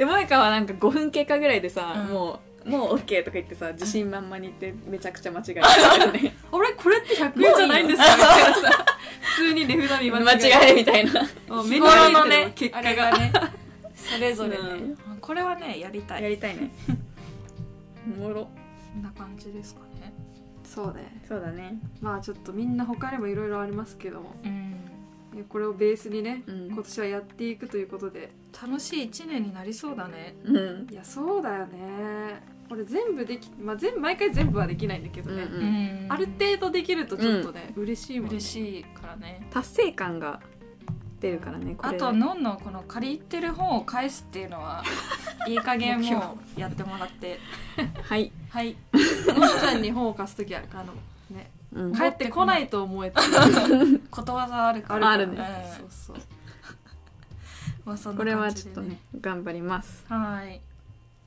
萌香はなんか5分経過ぐらいでさ、
うん
もうもう OK とか言ってさ自信満々に言ってめちゃくちゃ間違えたよね
あれこれって100円じゃないんです [laughs] かみたいなさ普通に値札見間
間
違え
違えるみたいな
もう
日
目に見え
頃
てる
のね [laughs]
結
あ
果
れ
が
がねそれぞれね、
う
これはねやりた
や
い
[laughs] りたいねおもろ
んな感じですかね
そうね
そうだね
まあちょっとみんな他にもいろいろありますけども
うん
いやこれをベースにね
うん
今年はやっていくということで
楽しい一年になりそうだね
うん
いやそうだよねこれ全部できまあ全毎回全部はできないんだけどね、
うん
ん
ある程度できるとちょっとね、嬉しいもんね
嬉しいからね
達成感が出るからねこ
あ
れ
とのんのこの借りてる本を返すっていうの
[laughs]
はいい加減もうやってもらって
はい、
はい
[laughs] のんちゃんに本を貸すときはあのね
うん
は
帰
い
ってこないと思えて
ことわざあるから
あるね
うん
そうそう
まあそんな
これは
感
ち
じ
ょっ
で
とね頑張ります
はい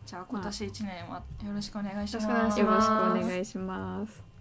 じゃあ今年一年はよろしくお願いします、
よろしくお願いします
よろしくお願いします